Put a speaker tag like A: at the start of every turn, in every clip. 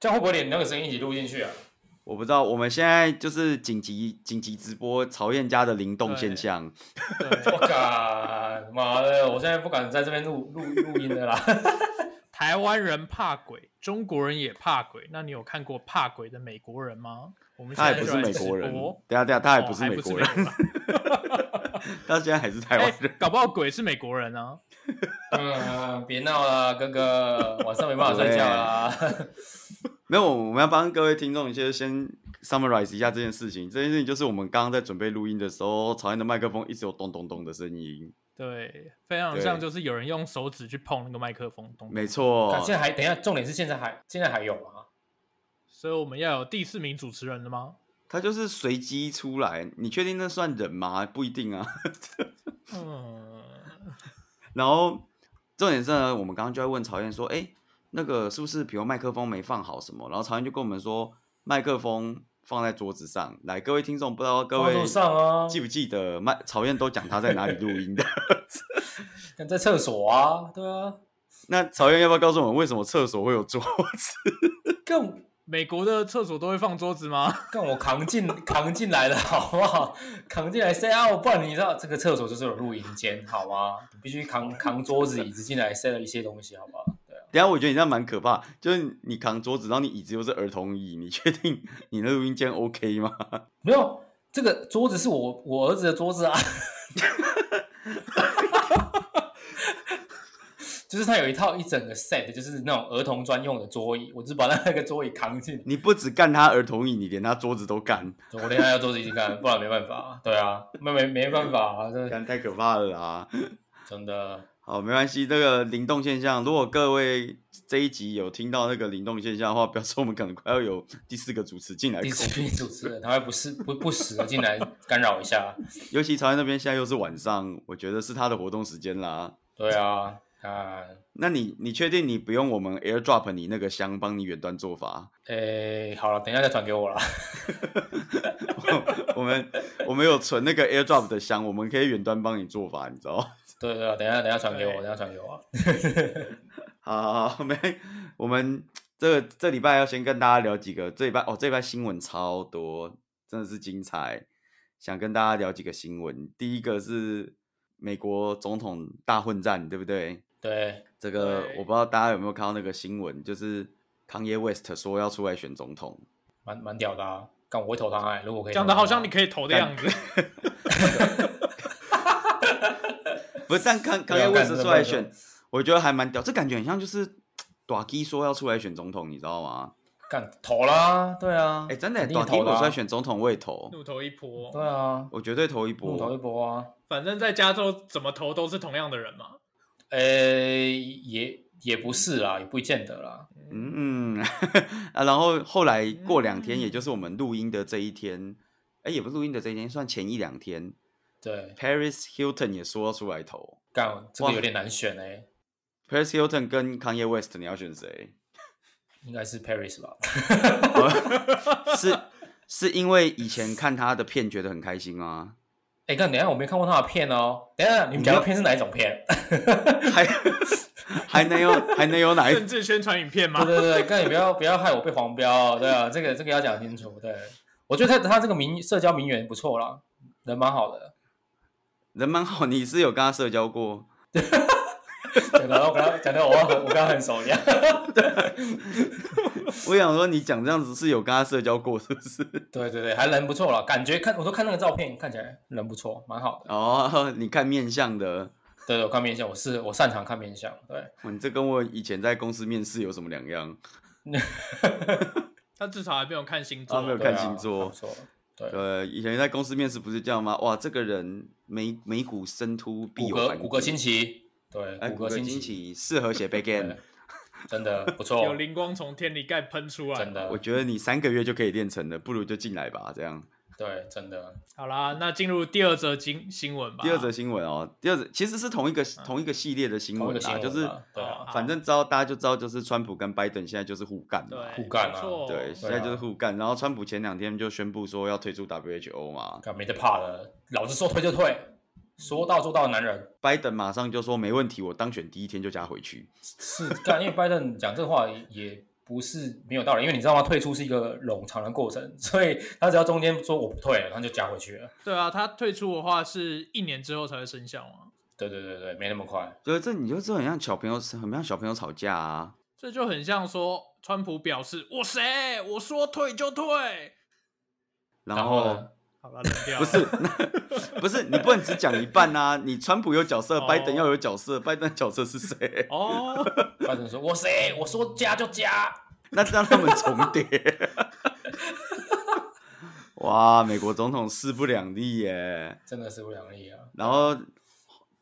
A: 这样会不会连那个声音一起录进去啊？
B: 我不知道，我们现在就是紧急紧急直播曹燕家的灵动现象，
A: 我敢，妈的，我现在不敢在这边录录录音的啦。
C: 台湾人怕鬼，中国人也怕鬼。那你有看过怕鬼的美国人吗？我们现
B: 他
C: 在
B: 也不是美国人
C: 就来直播，
B: 等一下等一下，啊他
C: 哦
B: 也不是美国人，
C: 还不是 美国人
B: 他现在还是台湾
C: 哎、
B: 人。
C: 搞不好鬼是美国人啊！
A: 嗯，别闹了，哥哥，晚上没办法睡觉啦。
B: 没有，我们要帮各位听众先先 summarize 一下这件事情。这件事情就是我们刚刚在准备录音的时候，曹燕的麦克风一直有咚咚咚的声音。
C: 对，非常
B: 对
C: 像就是有人用手指去碰那个麦克风咚。
B: 没错
A: 看，现在还等一下，重点是现在还现在还有吗？
C: 所以我们要有第四名主持人了吗？
B: 他就是随机出来。你确定那算人吗？不一定啊。
C: 嗯，
B: 然后重点是呢，我们刚刚就在问曹燕说，哎，那个是不是比如麦克风没放好什么？然后曹燕就跟我们说，麦克风放在桌子上。来，各位听众，不知道各
A: 放
B: 位
A: 路上啊，
B: 记不记得麦曹燕都讲他在哪里录音的？
A: 但在厕所啊，对啊，
B: 那曹燕要不要告诉我们为什么厕所会有桌子？
A: 更
C: 美国的厕所都会放桌子吗？
A: 更我扛进扛进来了，好不好？ 扛进来 say out，不然你知道这个厕所就是有录音间，好吗？你必须扛扛桌子椅子进来 say 了一些东西，好不好？对啊，
B: 等一下，我觉得你这样蛮可怕，就是你扛桌子，然后你椅子又是儿童椅，你确定你的录音间 OK 吗？
A: 没有这个桌子是我我儿子的桌子啊。 就是他有一套一整个 set，就是那种儿童专用的桌椅，我就是把那个桌椅扛进来
B: 你不只干他儿童椅，你连他桌子都干，
A: 我等一下要做自己干，不然没办法。对啊，没没没办法、啊， 这
B: 干太可怕了啊！
A: 真的。
B: 好，没关系，这个灵动现象，如果各位这一集有听到那个灵动现象的话， 表示我们可能快要有第四个主持进来
A: 第
B: 过，
A: 四名主持人，他会不是不不时的进来干扰一下。
B: 尤其朝鲜那边现在又是晚上，我觉得是他的活动时间啦。
A: 对啊，看，
B: 那你你确定你不用我们 AirDrop 你那个箱帮你远端做法？
A: 诶、好了，等一下再传给我啦。
B: 我们我们有存那个 AirDrop 的箱，我们可以远端帮你做法，你知道吗？
A: 对对啊，等一下等一下传给我，
C: 对
A: 等一下传给我。啊
B: 好好，好， 没，我们这个这礼拜要先跟大家聊几个，这礼拜哦，这礼拜新闻超多，真的是精彩，想跟大家聊几个新闻。第一个是美国总统大混战，对不对？
A: 对，
B: 这个
C: 对
B: 我不知道大家有没有看到那个新闻，就是康耶 West 说要出来选总统，
A: 蛮蛮屌的、啊，干我会投他哎、如果可以投他。
C: 讲的好像你可以投的样子。
B: 不 是，但康康
A: 对
B: 耶
A: 啊干
B: West
A: 这
B: 出
A: 不
B: 来
A: 能
B: 选，我觉得还蛮屌，这感觉很像就是。短基说要出来选总统，你知道吗？
A: 干投啦，对啊，
B: 哎、真
A: 嗯
B: 的，
A: 肯定
B: 短基
A: 投啊
B: 我
A: 啦
B: 出来，选总统，我也投，
C: 怒投一波，
A: 对啊，
B: 我绝对投一
A: 我
B: 波。
A: 投一波啊。
C: 反正在加州怎么投都是同样的人嘛。
A: 呃、也也不是啦，也不见得啦。
B: 嗯， 啊，然后后来过两天，也就是我们录音的这一天，哎、也不是录音的这一天，算前一两天
A: 对，
B: ，Paris Hilton 也说要出来投。
A: 干这个
B: 哇
A: 有点难选哎、
B: Paris Hilton 跟 Kanye West，你要选谁？
A: 应该是 Paris 吧？
B: 是是因为以前看他的片觉得很开心吗？
A: 哎、看，等一下我没看过他的片哦。等一下，你们讲的片是哪一种 片？
B: 还还能有还能有哪一
C: 政治宣传影片吗
A: 对？对对，看你不要不要害我被黄标哦，对啊，这个这个要讲清楚。对，我觉得他他这个名社交名媛不错啦，人蛮好的。
B: 人蛮好？你是有跟他社交过？
A: 讲的我跟他讲的我我跟他很熟一样。
B: 我想说，你讲这样子是有跟他社交过，是不是？
A: 对对对，还人不错啦，感觉看我都看那个照片，看起来人不错，蛮好的。
B: 哦，你看面相的，
A: 对对，我看面相，我是我擅长看面相。对，
B: 哇你这跟我以前在公司面试有什么两样？
C: 他至少还没有看星座，
B: 他没有
A: 对啊
B: 看星座
A: 还不错。对，
B: 呃，以前在公司面试不是这样吗？哇，这个人眉眉骨深凸，必
A: 骨
B: 有
A: 骼
B: 反
A: 骨骼新奇，对，
B: 哎，
A: 骨骼
B: 新
A: 新奇，
B: 奇，适合写 backend
A: 对。真的不
B: 哦
A: 错
C: 有，灵光从天里盖喷出来。
A: 真的
B: 我，觉得你三个月就可以练成了，不如就进来吧。这样，
A: 对，真的，
C: 好啦，那进入第二则新新闻吧。
B: 第二则新闻哦，第二则其实是同一个同一个系列的新
A: 嗯同一
B: 闻
A: 个新
B: 啊，
A: 闻啊，
B: 就是
A: 对啊，
B: 反正知道大家就知道，就是川普跟拜登现在就是互干嘛。
C: 对
A: 互干啊
C: 没错
B: 对，现在就是互干。然后川普前两天就宣布说要退出 WHO 嘛，
A: 干没得怕的，老子说退就退，说到做到的男人
B: 拜登马上就说没问题，我当选第一天就加回去。
A: 是干，因为拜登讲这话也不是没有道理，因为你知道吗？退出是一个冗长的过程，所以他只要中间说我不退了，然后就加回去了。
C: 对啊，他退出的话是一年之后才会生效嘛，
A: 对对对对，没那么快。
B: 所以这你就这很像小朋友，很像小朋友吵架啊。
C: 这就很像说川普表示我谁，我说退就退。
A: 然
B: 然
A: 后
B: 后
A: 呢
C: 好了，冷掉了
B: 不是，那 不是，你不能只讲一半啊！你川普有角色，
C: 哦
B: 拜登要有角色，拜登角色是谁？
C: 哦，
A: 拜登说：“我谁？我说加就加。
B: 那让他们重叠。 哇，美国总统势不两立耶。”
A: 真的是不两立啊！
B: 然后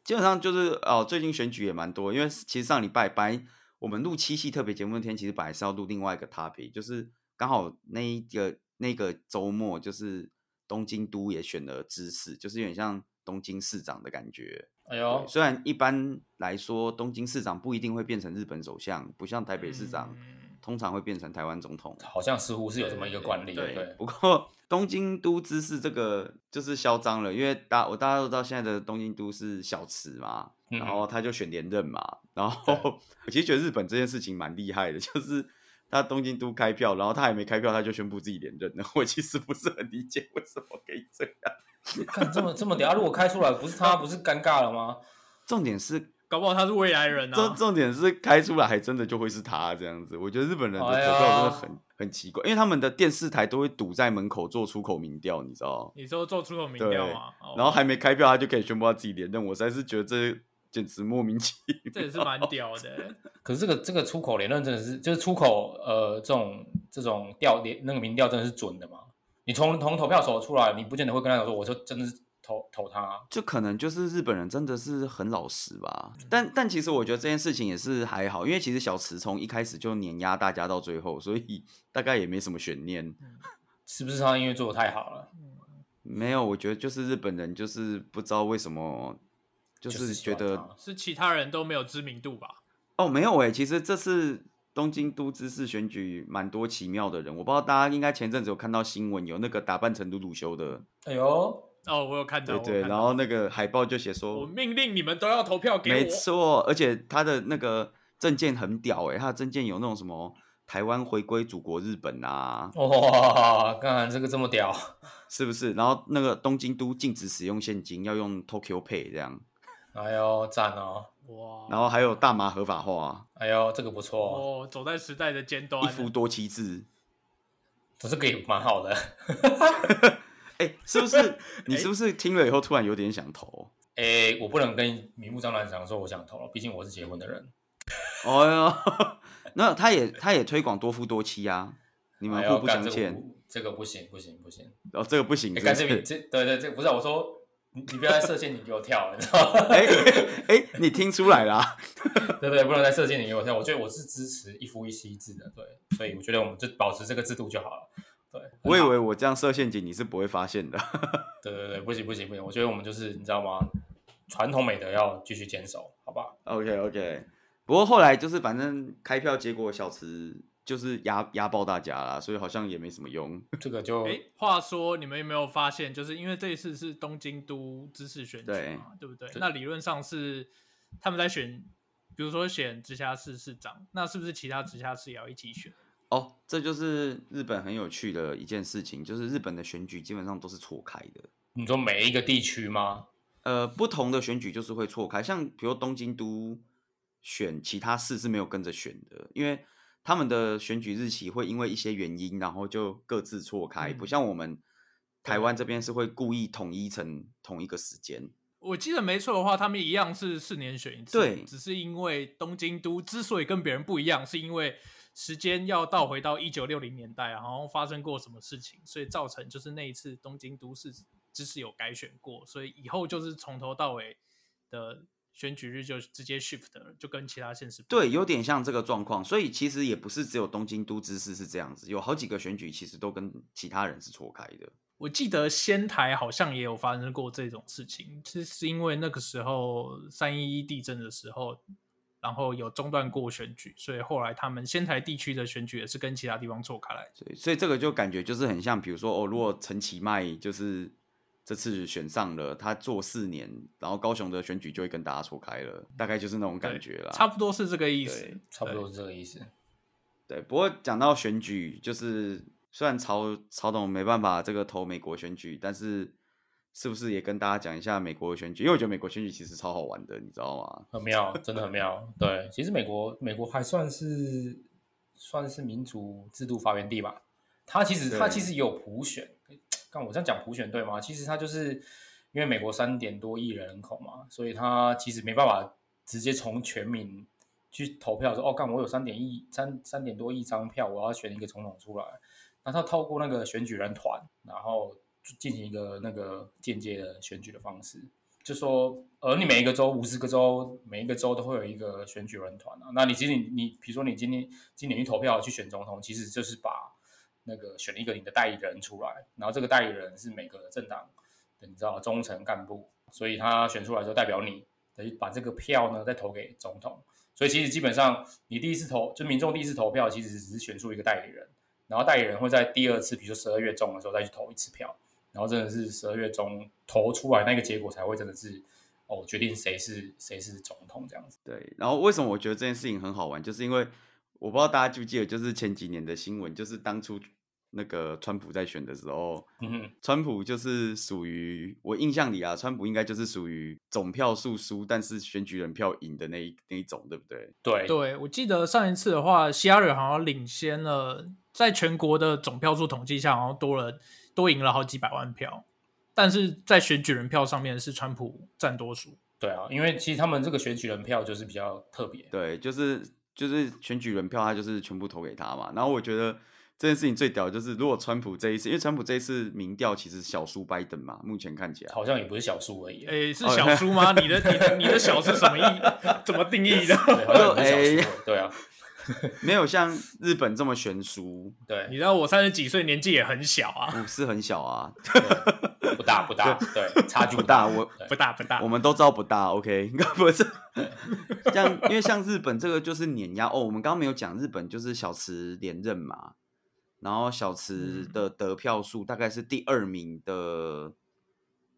B: 基本上就是哦，最近选举也蛮多，因为其实上礼拜本来我们录七夕特别节目那天，其实本来是要录另外一个 topic，就是刚好那一个那个周末就是东京都也选了知事，就是有点像东京市长的感
A: 哎
B: 觉。对
A: 呦，
B: 虽然一般来说，东京市长不一定会变成日本首相，不像台北市长、
C: 嗯
B: 通常会变成台湾总统。
A: 好像似乎是有这么一个惯例，
C: 对
A: 对不对？
B: 不过东京都知事这个就是嚣张了，因为大我大家都知道现在的东京都是小池嘛，
A: 嗯
B: 然后他就选连任嘛，然
A: 对
B: 后 我其实觉得日本这件事情蛮厉害的，就是。他东京都开票，然后他还没开票，他就宣布自己连任了。我其实不是很理解为什么可以这样。
A: 看这么这么屌，如果开出来不是他，不是尴尬了吗？
B: 重点是，
C: 搞不好他是未来人
B: 重
C: 啊。
B: 重点是开出来还真的就会是他这样子。我觉得日本人的投
A: 哎呀
B: 票真的很、很奇怪，因为他们的电视台都会堵在门口做出口民调，你知道？
C: 你说做出口民
B: 对
C: 调嘛？哦
B: 然后还没开票，他就可以宣布他自己连任，我实在是觉得这简直莫名其妙。
C: 这也是蛮屌 的。
A: 可是这个这个出口连任真的是，就是出口呃这种这种调连那个民调真的是准的吗？你从从投票手出来，你不见得会跟他讲说，我就真的是投投他啊、
B: 就可能就是日本人真的是很老实吧，
A: 嗯
B: 但但其实我觉得这件事情也是还好，因为其实小池从一开始就碾压大家到最后，所以大概也没什么悬念。
A: 是不是他因为做的太好了？
B: 没有，我觉得就是日本人就是不知道为什么，就
A: 就是
B: 是
A: 喜
B: 觉
A: 欢
B: 得
A: 他
C: 是其他人都没有知名度吧？
B: 哦，没有诶、其实这次东京都知事选举蛮多奇妙的人，我不知道大家应该前阵子有看到新闻，有那个打扮成鲁鲁修的，
A: 哎呦，
C: 哦，我有看
B: 对
C: 到，我
B: 对，
C: 有看到
B: 然后那个海报就写说
C: 我命令你们都要投票给我。
B: 没错，而且他的那个证件很屌欸诶、他的证件有那种什么台湾回归祖国日本啊，
A: 哇，看这个这么屌，
B: 是不是？然后那个东京都禁止使用现金，要用 Tokyo Pay 这样，
A: 哎呦赞哦，
C: 哇，
B: 然后还有大麻合法化，
A: 哎呦这个不错，
C: 哦，走在时代的尖端
B: 一，夫多妻制，
A: 这这个也蛮好的。
B: 诶、是不是？ 你是不是听了以后突然有点想投？
A: 诶、我不能跟明目张胆讲说我想投了，毕竟我是结婚的人。
B: 哦哟， 那他也他也推广多夫多妻啊，你们
A: 哎呦
B: 互不
A: 干
B: 相
A: 这个
B: 欠。
A: 不这个不行不行不行，
B: 哦，这个不行，
A: 哎
B: 是
A: 干
B: 不
A: 这比
B: 是？
A: 这对对这不是啊我说你你不要再射箭，你给我跳，你知道吗？
B: 哎哎，你听出来啦？
A: 对不对？不能再射箭，你给我跳。我觉得我是支持一夫一妻制的，对，所以我觉得我们就保持这个制度就好了。对，
B: 我以为我这样设陷阱你是不会发现的。
A: 对对对，不行不行不行，我觉得我们就是你知道吗？传统美德要继续坚守，好吧？
B: OK OK，不过后来就是反正开票结果小池就是压压爆大家啦，所以好像也没什么用。
A: 这个就
C: 哎，话说你们有没有发现，就是因为这一次是东京都知事选举嘛，对不对？那理论上是他们在选，比如说选直辖市市长，那是不是其他直辖市也要一起选？
B: 哦，这就是日本很有趣的一件事情，就是日本的选举基本上都是错开的。
A: 你说每一个地区吗？
B: 呃，不同的选举就是会错开，像比如东京都选其他市是没有跟着选的，因为他们的选举日期会因为一些原因，然后就各自错开，不
C: 嗯
B: 像我们台湾这边是会故意统一成同一个时间。
C: 我记得没错的话，他们一样是四年选一次，
B: 对
C: 只是因为东京都之所以跟别人不一样，是因为时间要倒回到一九六零年代，然后发生过什么事情，所以造成就是那一次东京都市知事有改选过，所以以后就是从头到尾的选举日就直接 shift 了，就跟其他县市不一样
B: 对，有点像这个状况，所以其实也不是只有东京都知事是这样子，有好几个选举其实都跟其他人是错开的。
C: 我记得仙台好像也有发生过这种事情，是是因为那个时候三一一地震的时候，然后有中断过选举，所以后来他们仙台地区的选举也是跟其他地方错开来的。
B: 所以，所以这个就感觉就是很像，比如说哦，如果陈其迈就是这次选上了，他做四年，然后高雄的选举就会跟大家错开了，大概就是那种感觉啦。
C: 差不多是这个意思
B: 啊对，
A: 差不多
C: 对。
A: 是这个意思。
B: 对，不过讲到选举，就是虽然曹曹董没办法这个投美国选举，但是是不是也跟大家讲一下美国选举？因为我觉得美国选举其实超好玩的，你知道吗？
A: 很妙，真的很妙。对，其实美国美国还算是算是民主制度发源地吧。它其实它
B: 对
A: 其实也有普选，看我这样讲普选对吗？其实它就是因为美国三点多亿人口嘛，所以它其实没办法直接从全民去投票说哦，干我有三点亿三三点多亿张票，我要选一个总统出来。那他透过那个选举人团，然后进行一个那个间接的选举的方式，就说，呃，你每一个州五十个州，每一个州都会有一个选举人团啊。那你其实你你，比如说你今天今年去投票去选总统，其实就是把那个选一个你的代理人出来，然后这个代理人是每个政党的你知道忠诚干部，所以他选出来之后代表你，等于把这个票呢再投给总统。所以其实基本上你第一次投，就民众第一次投票，其实只是选出一个代理人，然后代理人会在第二次，比如说十二月中的时候再去投一次票。然后真的是十二月中投出来那个结果才会真的是哦决定谁是谁是总统这样子。
B: 对，然后为什么我觉得这件事情很好玩，就是因为我不知道大家记不记得，就是前几年的新闻，就是当初那个川普在选的时候，
A: 嗯哼，
B: 川普就是属于我印象里啊，川普应该就是属于总票数输，但是选举人票赢的那一那一种，对不对？
A: 对
C: 对，我记得上一次的话，希拉里好像领先了，在全国的总票数统计下，好像多了多赢了好几百万票，但是在选举人票上面是川普占多数。
A: 对啊，因为其实他们这个选举人票就是比较特别。
B: 对，就是就是选举人票，他就是全部投给他嘛。然后我觉得这件事情最屌的就是，如果川普这一次，因为川普这一次民调其实小输拜登嘛，目前看起来。
A: 好像也不是小数而已，
C: 诶，是
B: 哦
C: 小输吗？你的你的你的小是什 么意？怎么定义的？
A: 对，好像
B: 哎
A: 也不是小数而已，对啊，
B: 没有像日本这么悬殊，
C: 你
A: 对，
C: 知道我三十几岁，年纪也很小啊，
B: 不是很小啊，
A: 对不大不大，对，差距
B: 不大。我
A: 对
C: 不大不大
B: 我。们都知道不大，OK，应该 不是。像因为像日本这个就是碾压哦，我们刚刚没有讲日本就是小池连任嘛，然后小池
C: 嗯
B: 的得票数大概是第二名的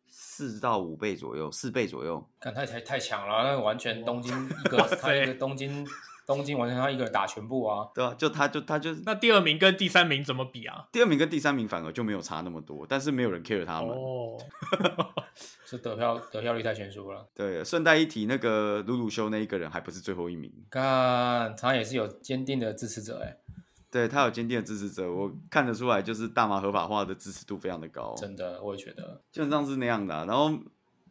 B: 四到五倍左右，四倍左右。
A: 看他太太强了，那完全东京一个
C: 哇塞
A: 他一个东京东京完全他一个人打全部啊，
B: 对啊，就他就他就
C: 那第二名跟第三名怎么比啊？
B: 第二名跟第三名反而就没有差那么多，但是没有人 care 他们。
C: 哦，
A: 这得票得票率太悬殊了。
B: 对，顺带一提，那个鲁鲁修那一个人还不是最后一名，
A: 看他也是有坚定的支持者哎，
B: 对他有坚定的支持者，我看得出来，就是大麻合法化的支持度非常的高，
A: 真的我也觉得，
B: 基本上是那样的啊、然后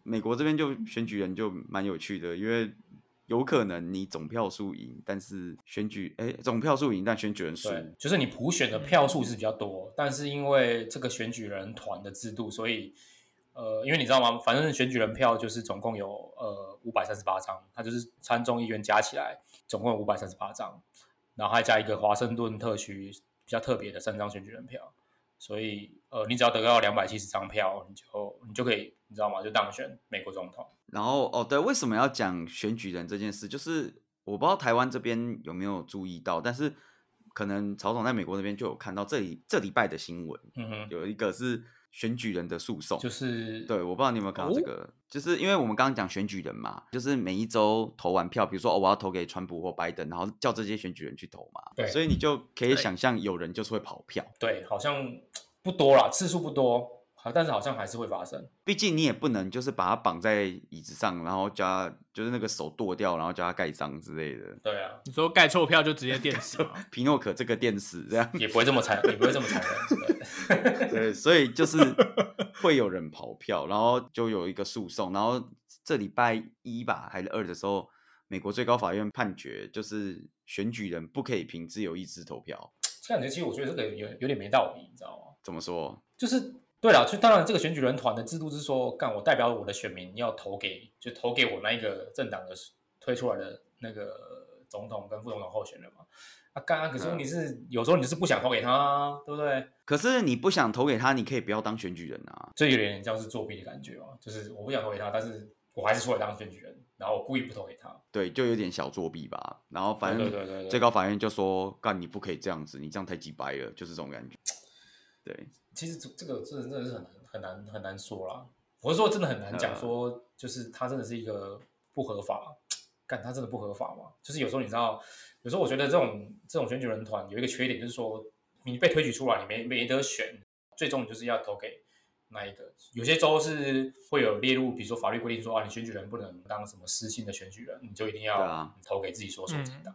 B: 美国这边就选举人就蛮有趣的，因为有可能你总票数赢，但是选举哎总票数赢，但选举人输。
A: 对，就是你普选的票数是比较多，但是因为这个选举人团的制度，所以呃，因为你知道吗？反正选举人票就是总共有呃五百三十八张，它就是参众议员加起来总共有五百三十八张，然后还加一个华盛顿特区比较特别的三张选举人票，所以呃，你只要得到两百七十张票，你就你就可以，你知道吗？就当选美国总统。
B: 然后哦，对，为什么要讲选举人这件事？就是我不知道台湾这边有没有注意到，但是可能曹总在美国那边就有看到这里这礼拜的新闻，
A: 嗯哼，
B: 有一个是选举人的诉讼，
A: 就是
B: 对，我不知道你有没有看到这
C: 哦
B: 个，就是因为我们刚刚讲选举人嘛，就是每一周投完票，比如说哦，我要投给川普或拜登，然后叫这些选举人去投嘛，
A: 对
B: 所以你就可以
C: 对
B: 想象有人就是会跑票，
A: 对，好像不多啦，次数不多，好，但是好像还是会发生。
B: 毕竟你也不能就是把他绑在椅子上，然后叫他就是那个手剁掉，然后叫他盖章之类的。
A: 对啊，
C: 你说盖错票就直接电死 吗？
B: 皮诺可这个电视这样，
A: 也不会这么残，也不会这么残忍。对
B: 对，所以就是会有人跑票，然后就有一个诉讼，然后这礼拜一吧还是二的时候，美国最高法院判决就是选举人不可以凭自由意志投票。
A: 这感觉其实我觉得这个有有点没道理，你知道吗？
B: 怎么说？
A: 就是对了，就当然这个选举人团的制度是说，干我代表我的选民要投给，就投给我那一个政党的推出来的那个总统跟副总统候选人嘛。啊干啊，可是问题是、有时候你就是不想投给他、啊，对不对？
B: 可是你不想投给他，你可以不要当选举人啊。
A: 这有点像是作弊的感觉嘛，就是我不想投给他，但是我还是出来当选举人，然后我故意不投给他。
B: 对，就有点小作弊吧。然后反
A: 对对
B: 正
A: 对对
B: 最高法院就说：“干，你不可以这样子，你这样太鸡掰了。”就是这种感觉。对，
A: 其实这这个真的真的是很难很难很
B: 嗯
A: 难说啦。我是说真的很难讲说，就是它真的是一个不合法，干他真的不合法吗？就是有时候你知道，有时候我觉得这种这种选举人团有一个缺点，就是说你被推举出来，你没没得选，最终你就是要投给那一个。有些州是会有列入，比如说法律规定说啊，你选举人不能当什么私信的选举人，你就一定
B: 对
A: 要
B: 啊
A: 投给自己所属政党。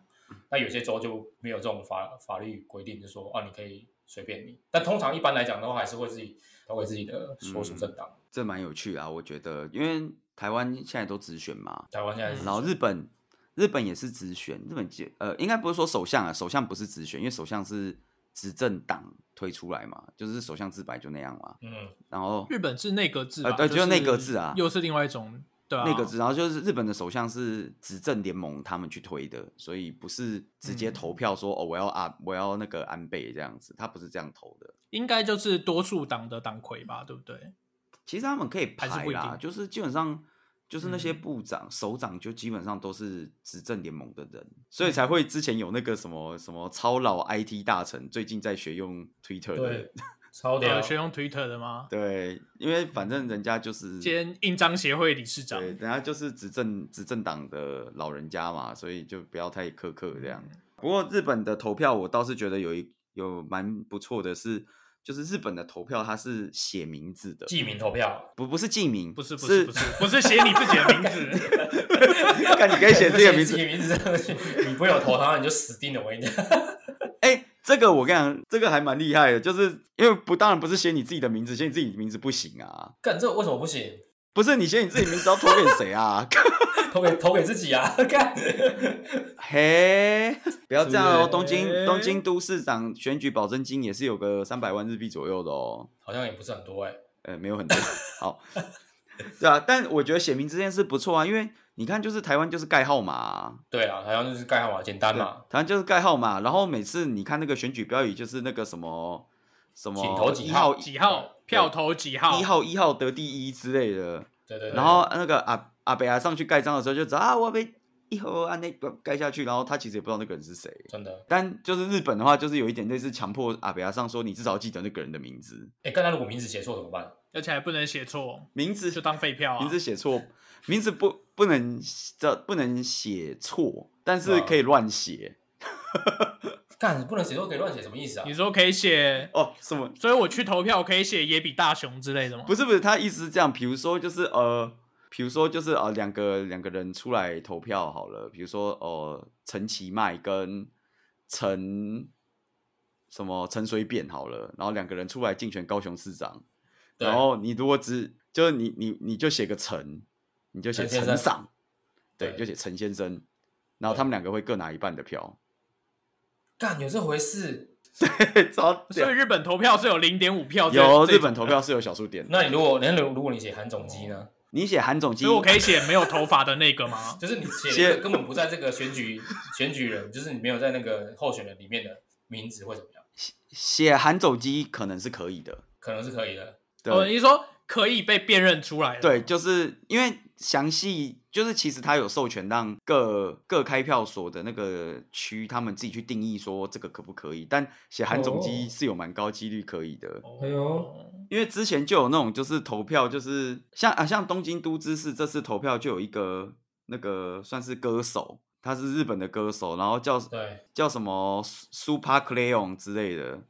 A: 那有些州就没有这种法法律规定，就说啊，你可以随便你。但通常一般来讲的话，还是会自己投给自己的所
B: 嗯
A: 属政党。
B: 这蛮有趣啊，我觉得，因为台湾现在都直选嘛，
A: 台湾现在是
B: 然嗯后日本日本也是直选，日本也呃应该不是说首相啊，首相不是直选，因为首相是执政党推出来嘛，就是首相自白就那样嘛，
A: 嗯，
B: 然后
C: 日本是内阁制吧，
B: 呃对
C: 就
B: 就是是内阁制啊
C: 又是另外一种，对啊，
B: 那个制，然后就是日本的首相是执政联盟他们去推的，所以不是直接
C: 嗯
B: 投票说、哦我要啊我要那个安倍这样子，他不是这样投的。
C: 应该就是多数党的党魁吧，对不对？
B: 其实他们可以
C: 还是
B: 排
C: 不一
B: 啦，
C: 定
B: 就是基本上就是那些
C: 嗯
B: 部长、首长，就基本上都是执政联盟的人，
C: 嗯
B: 所以才会之前有那个什么什么超老 IT 大臣，最近在学用 Twitter 的
A: 对
B: 人，，
A: 超屌
C: 有，学呃用 Twitter 的吗？
B: 对，因为反正人
C: 嗯
B: 家就是
C: 兼印章协会理事长，
B: 对，人家就是执政执政党的老人家嘛，所以就不要太苛刻这样。
C: 嗯
B: 不过日本的投票，我倒是觉得有一有蛮不错的是，就是日本的投票它是写名字的，
A: 记名投票，
B: 不不是记名，
C: 不是不是不是不是写你自己的名 字，
B: 看你可以写自己的名字
A: 自己。名字 上去，你不会有投他，你就死定了。我跟你讲，
B: 哎、这个我跟你讲，这个还蛮厉害的，就是因为不当然不是写你自己的名字，写你自己名字不行啊，
A: 干这为什么不行？
B: 不是你写你自己名字要投给谁啊？
A: 投给投给自己啊！干，
B: 嘿，不要这样哦，
A: 是
B: 东京
C: 哎
B: 东京都市长选举保证金也是有个三百万日币左右的哦，
A: 好像也不是很多哎、
B: 呃，没有很多，好，对啊，但我觉得写名字这件事不错啊，因为你看，就是台湾就是盖号码、啊。
A: 对啊，好像就是盖号码简单
B: 对
A: 嘛，
B: 台湾就是盖号码，然后每次你看那个选举标语，就是那个什么什么
A: 请投几
B: 一
A: 号
C: 几号票投几号
B: 一，号一号得第一之类的。
A: 对对对。
B: 然后那个阿阿北啊上去盖章的时候就知道啊，我被一盒按那个盖下去，然后他其实也不知道那个人是谁。
A: 真的，
B: 但就是日本的话，就是有一点类似强迫阿北啊上说，你至少要记得那个人的名字，
A: 哎，刚才如果名字写错怎么办？
C: 而且还不能写错，
B: 名字
C: 就当废票
B: 名
C: 啊
B: 字。写错，名字不不能这不能写错，但是
A: 啊
B: 可以乱写
A: 干，不能写错可以乱写，什么意思啊
C: 你？说可以写，
B: 哦。什么？
C: 所以我去投票可以写野比大雄之类的吗？
B: 不是不是，他意思是这样，比如说就是呃，比如说就是呃，两个两个人出来投票好了，比如说呃，陈其迈跟陈什么陈水扁好了，然后两个人出来竞选高雄市长，
A: 对
B: 然后你如果只就是你你你就写个陈，你就写
A: 陈先
B: 陈
A: 生
B: 赏，对，
A: 对
B: 就写陈先生，然后他们两个会各拿一半的票，
A: 干，有这回事？
B: 超
C: 所以日本投票是有零点五票这，
B: 啊有
C: 这
B: 日本投 票是有小数点的，
A: 那你如果，那如如果你写韩总机呢？？
B: 你写韩总机
C: 所以，我可以写没有头发的那个吗
A: 就是你写
B: 写
A: 了一个根本不在这个选举选举人，就是你没有在那个候选人里面的名字会怎么样？
B: 写韩总机可能是可以的，
A: 可能是可以的。
B: 对。
C: 哦，你说可以被辨认出来？
B: 对，，就是因为详细就是其实他有授权让各各开票所的那个区他们自己去定义说这个可不可以，但写韩总机
A: 哦
B: 是有蛮高几率可以的，
A: 哎
C: 哦
A: 呦，
B: 因为之前就有那种就是投票就是像啊像东京都知事这次投票就有一个那个算是歌手，他是日本的歌手，然后叫
A: 对，
B: 叫什么 Super Crayon 之类的，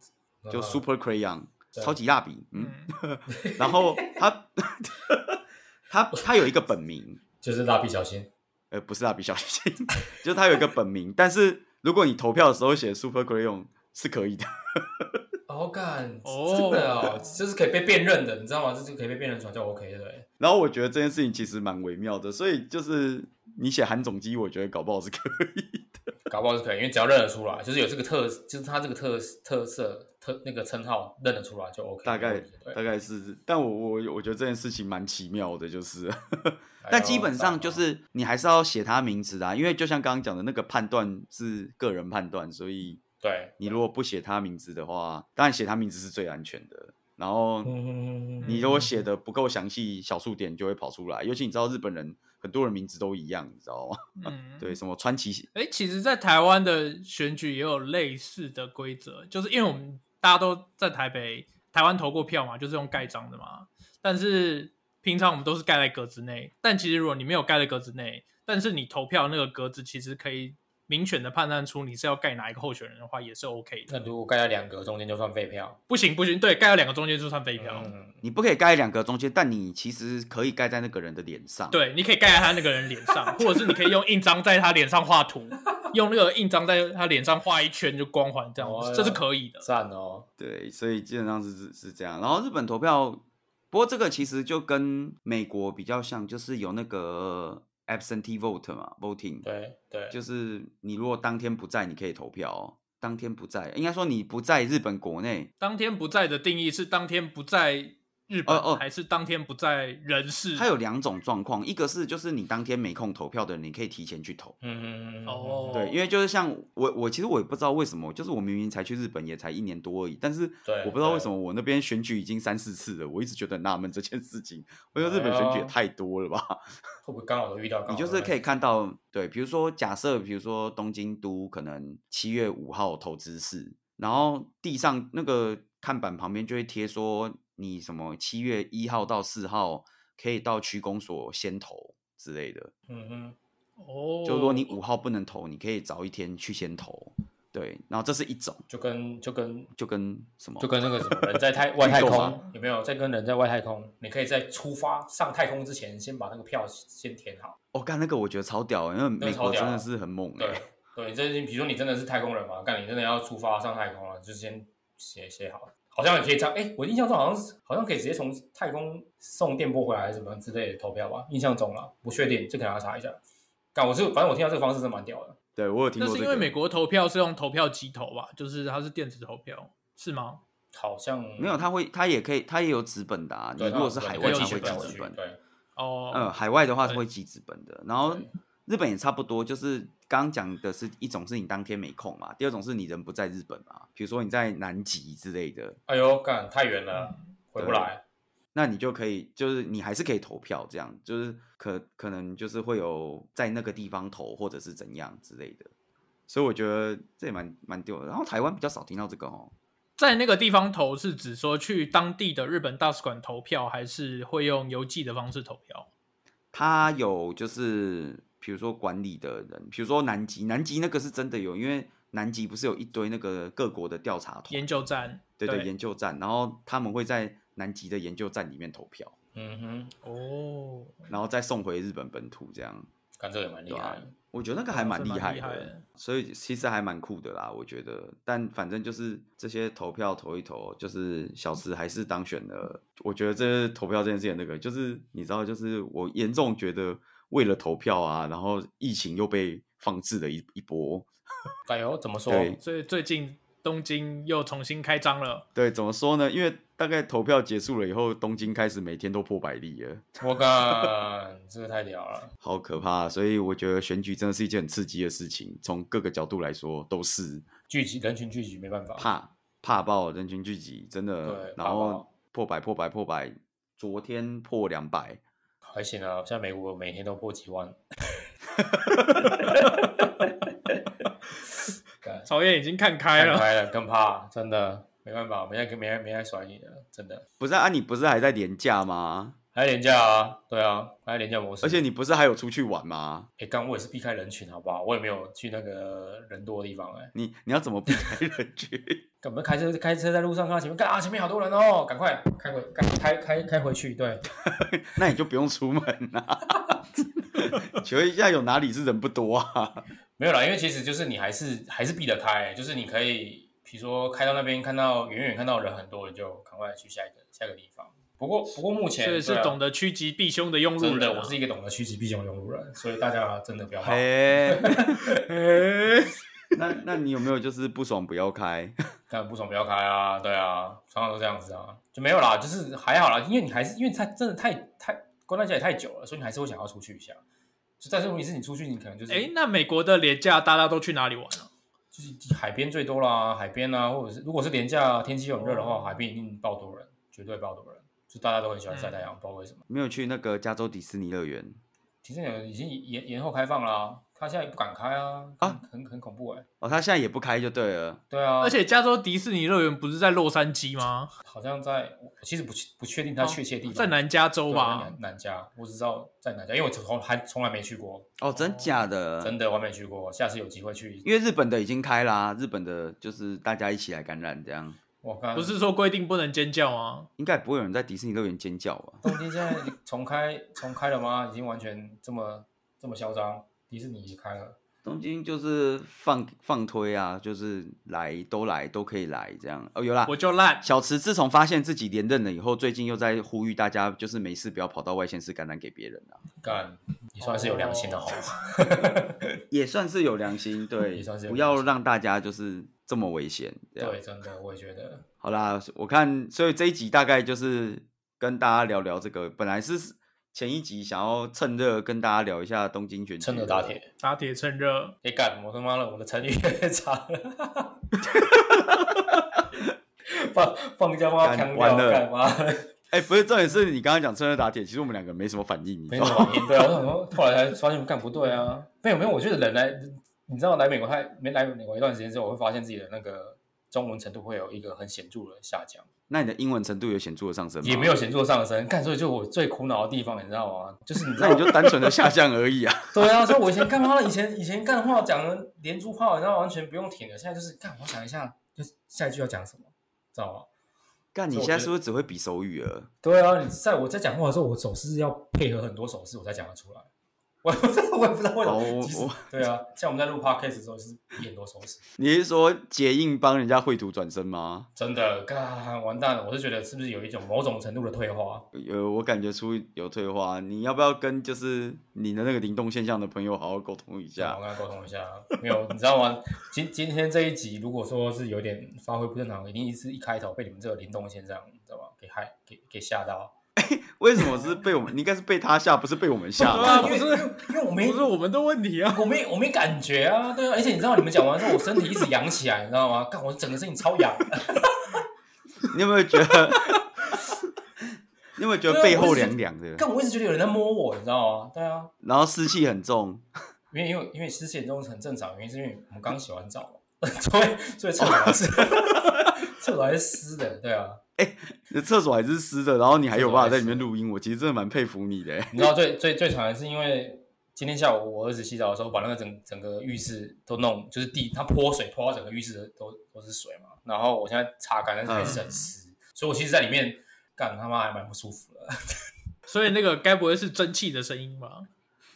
B: 就
A: 嗯
B: Super Crayon
A: 对
B: 超级蜡笔，嗯，
C: 嗯，
B: 然后他 他他有一个本名。
A: 就是蜡笔小新。
B: 呃，不是蜡笔小新， 就是他有一个本名，但是如果你投票的时候写 Super Crayon 是可以的。
A: 哦，干，
C: 哦
A: 真的哦，就是可以被辨认的，你知道吗？这就可以被辨认出来就 OK 欸对不对？
B: 然后我觉得这件事情其实蛮微妙的，所以就是你写韩总机，我觉得搞不好是可以。
A: 搞不好是可以，因为只要认得出来，就是有这个特，就是他这个特特色特那个称号认得出来就 OK。
B: 大概
A: 对
B: 大概是，但我我我觉得这件事情蛮奇妙的，就是，
A: 哎呦
B: 但基本上就是你还是要写他名字啊，因为就像刚刚讲的那个判断是个人判断，所以
A: 对，
B: 你如果不写他名字的话，当然写他名字是最安全的。然后
A: 嗯
B: 你如果写的不够详细，小数点就会跑出来。尤其你知道日本人很多人名字都一样，你知道吗？
C: 嗯，
B: 对，什么川崎，
C: 哎、其实，在台湾的选举也有类似的规则，就是因为我们大家都在台北、台湾投过票嘛，就是用盖章的嘛。但是平常我们都是盖在格子内，但其实如果你没有盖在格子内，但是你投票那个格子其实可以明显的判断出你是要盖哪一个候选人的话，也是 OK 的。
A: 那如果盖在两格中间就算废票，
C: 不行不行，对，盖到两个中间就算废票。
A: 嗯，
B: 你不可以盖两个中间，但你其实可以盖在那个人的脸上。，
C: 对，你可以盖在他那个人脸 上，或者是你可以用印章在他脸上画图，用那个印章在他脸上画一圈就光环这样
A: 哦
C: 子，
A: 哟
C: 这是可以的。
A: 赞哦，
B: 对，所以基本上是是是这样。然后日本投票，不过这个其实就跟美国比较像，就是有那个 absentee vote 嘛，voting，
A: 对对，
B: 就是你如果当天不在，你可以投票、哦。当天不在，应该说你不在日本国内，
C: 当天不在的定义是当天不在日本，
B: 哦哦
C: 还是当天不在人世？
B: 它有两种状况，一个是就是你当天没空投票的人，你可以提前去投。
A: 嗯嗯嗯嗯，
C: 哦
B: 对，因为就是像我，我其实我也不知道为什么，就是我明明才去日本也才一年多而已，但是
A: 对
B: 我不知道为
A: 对
B: 什么我那边选举已经三四次了，我一直觉得很纳闷这件事情。我觉得日本选举
A: 哎
B: 也
A: 呦
B: 太多了吧？
A: 会不会刚好都遇到？
B: 你就是可以看到，对，比如说假设，比如说东京都可能七月五号投资式，然后地上那个看板旁边就会贴说你什么七月一号到四号可以到区公所先投之类的，
A: 嗯嗯，
C: 哦，
B: 就是说你五号不能投，你可以早一天去先投。对，然后这是一种，
A: 就跟就跟
B: 就跟什么
A: 就跟那个什么人在 太外太
B: 预购吗
A: 空有没有？在跟人在外太空，你可以在出发上太空之前，先把那个票先填好。
B: 我哦干、那个我觉得超屌，因为
A: 个
B: 美
A: 超
B: 国真
A: 屌
B: 的
A: 啊
B: 是很猛哎、
A: 对对，这是比如说你真的是太空人嘛，干你真的要出发上太空了，就先写写好。好像也可以这样，哎、我印象中好像是好像可以直接从太空送电波回来，还是什么之类的投票吧，印象中啦，不确定，这可能要查一下。干，我是反正我听到这个方式是蛮屌的，
B: 对我有听
C: 那
B: 过、这
C: 是
B: 个。
C: 因为美国投票是用投票机投吧，就是它是电子投票，是吗？
A: 好像
B: 没有，，他会，他也可以，他也有纸本的啊。你
A: 对，
B: 如果是海外，
C: 有
B: 才
C: 纸
B: 会
C: 本
B: 寄
C: 我
B: 纸本。
A: 对，
C: 哦，
B: 嗯，海外的话是
C: 对
B: 会寄纸本的，然后
A: 对
B: 日本也差不多，就是刚刚讲的是一种是你当天没空嘛，第二种是你人不在日本嘛，比如说你在南极之类的，
A: 哎呦，干太远了，
B: 嗯
A: 回不来。
B: 那你就可以就是你还是可以投票，这样就是可可能就是会有在那个地方投或者是怎样之类的，所以我觉得这也蛮蛮丢的。然后台湾比较少听到这个哦，
C: 在那个地方投是指说去当地的日本大使馆投票，还是会用邮寄的方式投票？
B: 他有就是比如说管理的人，比如说南极，南极那个是真的有，因为南极不是有一堆那个各国的调查团
C: 研。究站，
B: 对对，
C: 对
B: 研究站，然后他们会在南极的研究站里面投票，
A: 嗯哼，
C: 哦，
B: 然后再送回日本本土这样。
A: 干这个也蛮厉
B: 对啊
A: 害的。
B: 我觉得那个还蛮厉害
C: 这蛮厉害
B: 的
C: 的，
B: 所以其实还蛮酷的啦，我觉得。但反正就是这些投票投一投，就是小池还是当选了。我觉得这投票这件事情，那个就是你知道，就是我严重觉得为了投票啊，然后疫情又被放置了一一波。
A: 哎呦，怎么说？
B: 对
C: 所以最近东京又重新开张了，
B: 对，怎么说呢？因为大概投票结束了以后，东京开始每天都破百例了。
A: 我干， 这个太屌了。
B: 好可怕！啊所以我觉得选举真的是一件很刺激的事情，从各个角度来说都是
A: 聚集人群聚集没办法，
B: 怕怕爆人群聚集，真的
A: 啊对。
B: 然
A: 怕
B: 后
A: 爆
B: 破百破百破百，昨天破两百，
A: 还行啊。现在美国每天都破几万，干
C: 草原已经看
B: 哎
C: 开
A: 看
C: 了，
A: 开了更怕，真的没办法，没人跟没人没人甩你的，真的。
B: 不是啊？你不是还在廉价吗？
A: 还廉价啊，对啊，还廉价模式。
B: 而且你不是还有出去玩吗？
A: 哎，刚、我也是避开人群，好不好？我也没有去那个人多的地方、哎，
B: 你你要怎么避开人群？
A: 干嘛开车开车在路上看到前面，干啊，前面好多人哦，赶快开回开开开开回去，对。
B: 那你就不用出门啦、啊。请问一下，有哪里是人不多啊？
A: 没有啦，因为其实就是你还是还是避得开，就是你可以，比如说开到那边看到远远看到人很多，你就赶快去下一个下一个地方。不过不过目前
C: 所以是
A: 对啊
C: 懂得趋吉避凶的用路
A: 真
C: 人、
A: 的，
C: 啊
A: 我。是一个懂得趋吉避凶的用路人，所以大家真的不要怕。
B: 嘿，
C: 哎
B: 那那你有没有就是不爽不要开？
A: 但不爽不要开啊，对啊，常常都这样子啊，就没有啦，就是还好啦，因为你还是因为他真的太太关在家里太久了，所以你还是会想要出去一下。就但是问题是你出去，你可能就是
C: 哎，那美国的廉价大家都去哪里玩啊了、
A: 就是海边最多啦，海边啊，或者是如果是廉价天气又很热的话，
C: 哦
A: 海边一定爆多人，绝对爆多人，就大家都很喜欢晒太
C: 嗯
A: 阳，不知道为什么。
B: 没有去那个加州迪士尼乐园？
A: 迪士尼已经延延后开放啦，他现在也不敢开啊，
B: 啊
A: 很很很恐怖哎、
B: 哦，他现在也不开就对了。
A: 对啊，
C: 而且加州迪士尼乐园不是在洛杉矶吗？
A: 好像在，我其实不确不确定它确切地方、
C: 哦在南加州
A: 对在
C: 吧？
A: 南南加，我只知道在南加，因为我从还从来没去过，
B: 哦，真假
C: 嗯
B: 的？
A: 真的我还没去过，下次有机会去。
B: 因为日本的已经开啦、日本的就是大家一起来感染这样，
A: 我看
C: 不是说规定不能尖叫吗？
B: 应该不会有人在迪士尼乐园尖叫吧？
A: 东京现在重开重开了吗？已经完全这么这么嚣张，迪士尼也开了。
B: 东京就是放放推啊，就是来都来都可以来这样。哦，有
A: 啊
B: 啦，
C: 我就烂，
B: 小池自从发现自己连任了以后，最近又在呼吁大家，就是没事不要跑到外县市感染给别人啊，
A: 干，你算是有良
B: 哦
A: 心的好吗？
B: 也算是有 良心，对，
A: 也算是有
B: 不
A: 良
B: 要
A: 心
B: 让大家就是这么危险。这样
A: 对，真的，我也觉得。
B: 好啦，我看，所以这一集大概就是跟大家聊聊这个，本来是前一集想要趁热跟大家聊一下东京选举，
A: 趁热打铁。
C: 打铁趁热。
A: 哎、干！我他妈的，我的成语越来越长了。 放放假妈
B: 干
A: 强
B: 完
A: 调
B: 了
A: 干嘛？
B: 哎、不是重点是你刚刚讲趁热打铁，其实我们两个 没什么反应，你
A: 没
B: 知
A: 什么
B: 道吗？
A: 反应，对啊，我想说，后来才发现干不对啊。没有没有，我觉得人来，你知道来美国太没来美国一段时间之后，我会发现自己的那个中文程度会有一个很显著的下降，
B: 那你的英文程度有显著的上升吗？
A: 也没有，显著的上升。干，所以就我最苦恼的地方，你知道吗？就是你知
B: 那
A: 道
B: 你就单纯的下降而已啊。
A: 对啊，所以我以前干嘛？以前以前干话讲的连珠炮，然后完全不用停了。现在就是干，我想一下，就是下一句要讲什么，知道吗？
B: 干，你
A: 所以我
B: 现在
A: 觉
B: 是不是只会比手语了？
A: 对啊，你在我在讲话的时候，我手势要配合很多手势，我才讲得出来。 我也不知道，我也不知道为什
B: 哦我
A: 么。其实
B: 我
A: 对啊，像我们在录 podcast 的时候是比很多手势，
B: 你是说捷印帮人家绘图转身吗？
A: 真的干完蛋了。我是觉得是不是有一种某种程度的退化？
B: 有，我感觉出有退化。你要不要跟就是你的那个灵动现象的朋友好好沟通一
A: 对啊
B: 下
A: 我？跟他沟通一下，没有，你知道吗？ 今今天这一集如果说是有点发挥不正常，一定是一开头被你们这个灵动现象，你知道吗？给害给给吓到。
B: 为什么是被我们？你应该是被他吓，不是被我们 吓吧。
C: 对啊
A: 因为
C: 不是
A: 因为我没
C: 不是我们的问题啊！
A: 我没我没感觉啊，对啊，而且你知道你们讲完之后，我身体一直痒起来，你知道吗？干，我整个身体超痒。
B: 你有没有觉得？你有没有觉得背后
A: 我是
B: 凉凉的？
A: 干，我一直觉得有人在摸我，你知道吗？对啊，
B: 然后湿气很重，
A: 因为因为因为湿气严重是很正常，原因是因为我们刚洗完澡嘛， 所以所以厕所还是 厕所还是湿的，对啊。
B: 你的厕所还是湿的，然后你还有办法在里面
A: 厕
B: 录音，我其实真的蛮佩服你的。欸
A: 你知道最最最惨的是因为今天下午我儿子洗澡的时候，把那个整整个浴室都弄，就是地他泼水泼到整个浴室都都是水嘛。然后我现在擦干，但是还是
B: 嗯
A: 很湿，所以我其实在里面干他妈还蛮不舒服的。
C: 所以那个该不会是蒸汽的声音吧？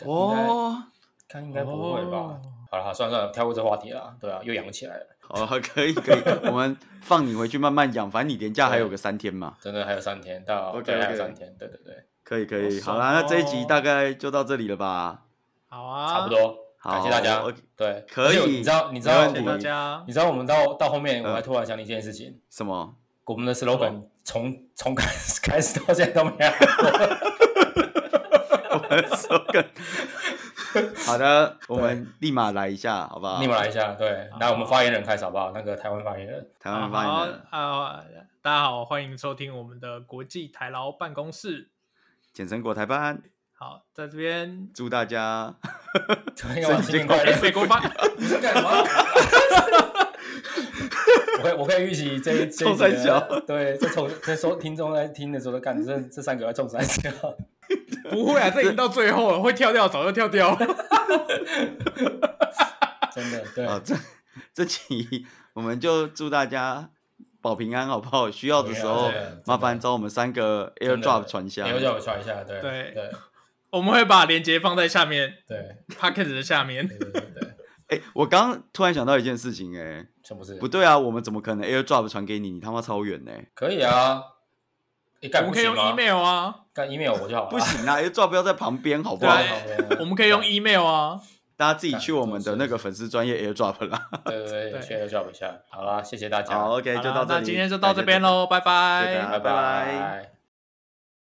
B: 哦，
A: 看应该不会吧？
C: 哦
A: 好了，好了算了算了，跳过这话题啦。对啊，又痒起来了，
B: 好，可以可以，我们放你回去慢慢养，反正你连假还有个三天嘛。
A: 真的还有三天到
B: OK，
A: 对，还有
B: OK
A: 三天，对对对，
B: 可以可以，
C: 好
B: 好
C: 爽
B: 啦，那这一集
C: 哦
B: 大概就到这里了吧？
C: 好啊，
A: 差不，多。
B: 好
A: 感谢大家
B: OK，。
A: 对，
B: 可以
A: 而且你知道你知
B: 没
A: 道
B: 问
A: 我
B: 题
C: 谢谢大
A: 们
C: 家。
A: 你知道我们到到后面，我还
B: 嗯
A: 突然想起一件事情，
B: 什么？
A: 我们的 slogan 从从开始 开始到现在都没有过。
B: 我们说个好的，我们立马来一下，好不好？
A: 你们来一下，对，
B: 啊
A: 来我们发言人开始好不好？那个台湾发言 人，
B: 台湾发言人，
C: 好啊，大家好，欢迎收听我们的国际台劳办公室。
B: 简称国台办，
C: 好，在这 边
B: 祝大家。
A: 对，要新年快乐
C: 哎，，美国发，
A: 你是 干嘛？我可以，我可以预期这一这一
B: 冲三
A: 集
B: 小
A: 的，对，这从这时候听众在听的时候，都干这这三个要中三小，
C: 不会啊，这已经到最后了，会跳掉，早就跳掉了。
A: 真的对。
B: 啊，这这期我们就祝大家保平安，好不好？需要的时候
A: 对啊对啊
B: 麻烦找我们三个 AirDrop 传下。
A: ，AirDrop 传一下，对
C: 对
A: 对
C: 我们会把链接放在下面
A: 对
C: p o c k e t 的下面。
A: 对对对对，
B: 哎、我刚刚突然想到一件事情、哎，
A: 全部是
B: 不对啊，我们怎么可能 AirDrop 传给你？你他妈超远呢、
A: 可以啊，你
C: 我
A: 干
C: 们
A: 不
C: 可以
A: 行
C: 用
A: 吗？
C: email 啊，
A: 干 email 我就好了，
B: 不行啊，AirDrop 要在旁边，好不
A: 对
B: 好？
A: 啊，
C: 对我们可以用 email 啊。
B: 大家自己去我们的那个粉丝专业 AirDrop 啦。
A: 对对对，
C: 对
A: 去 AirDrop 一下。好啦，谢谢大家，
B: 好，OK，
C: 好
B: 就
C: 啦
B: 到这
C: 那
B: 里，
C: 今天就到
B: 感谢
C: 这边
B: 大家。
C: 喽，拜
B: 谢谢大家
A: 拜
B: 拜拜
A: 拜。